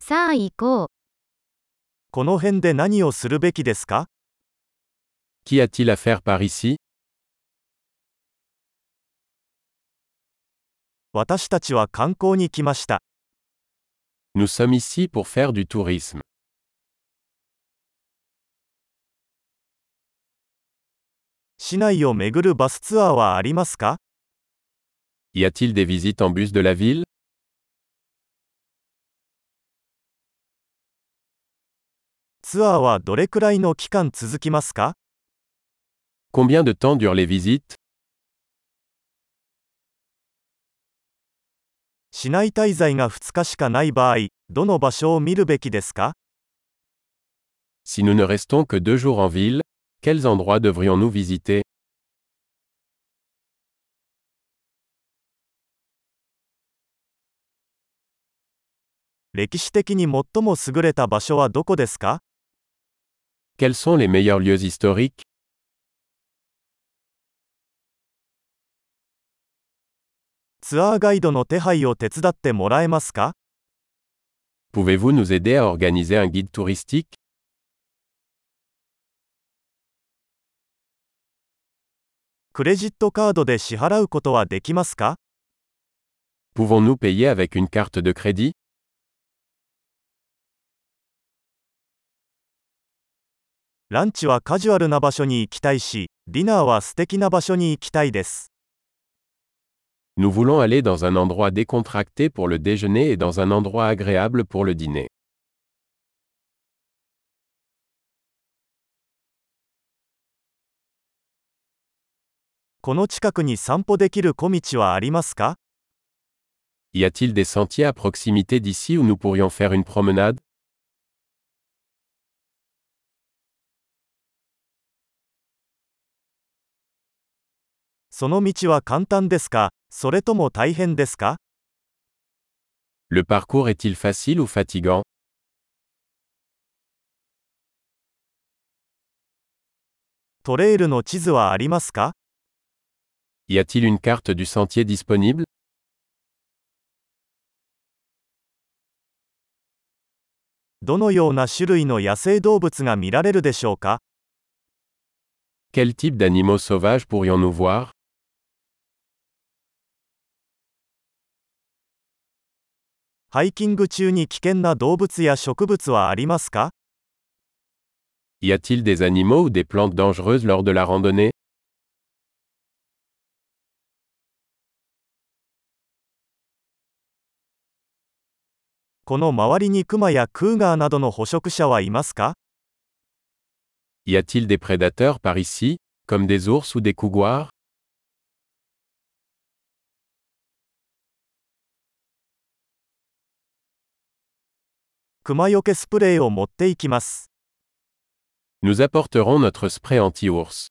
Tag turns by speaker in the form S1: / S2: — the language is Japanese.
S1: さあ行こう。
S2: この辺で何をするべきですか
S3: Qu'y a-t-il à faire par ici
S2: 私たちは観光に来ました。
S3: Nous sommes ici pour faire du tourisme.
S2: 市内を巡るバスツアーはありますか
S3: Y a-t-il des visites en bus de la ville
S2: ツアーはどれくらいの期間続きますか
S3: Combien de temps durent les visites
S2: 市内滞在が2日しかない場合、どの場所を見るべきですか
S3: Si nous ne restons que deux jours en ville, quels endroits devrions-nous visiter
S2: 歴史的に最も優れた場所はどこですか
S3: Quels sont les meilleurs lieux historiques
S2: ツアーガイドの手配を手伝ってもらえますか
S3: Pouvez-vous nous aider à organiser un guide touristique
S2: クレジットカードで支払うことはできますか
S3: Pouvons-nous payer avec une carte de crédit
S2: ランチはカジュアルな場所に行きたいし、ディナーは素敵な場所に行きたいです。
S3: Nous voulons aller dans un endroit décontracté pour le déjeuner et dans un endroit agréable pour le dîner.
S2: «この近くに散歩できる小道はありますか
S3: Y a-t-il des sentiers à proximité d'ici où nous pourrions faire une promenade
S2: その道は簡単ですかそれとも大変ですか
S3: Le parcours est-il facile ou fatigant
S2: トレイルの地図はありますか
S3: Y a-t-il une carte du sentier disponible
S2: どのような種類の野生動物が見られるでしょうか
S3: Quel type d'animaux sauvages pourrions-nous voir
S2: ハイキング中に危険な動物や植物はありますか
S3: Y a-t-il des animaux ou des plantes dangereuses lors de la randonnée
S2: この周りにクマやクーガーなどの捕食者はいますか
S3: Y a-t-il des prédateurs par ici, comme des ours ou des couguars
S2: クマよけスプレーを持っていきます。
S3: Nous apporterons notre spray anti-ours.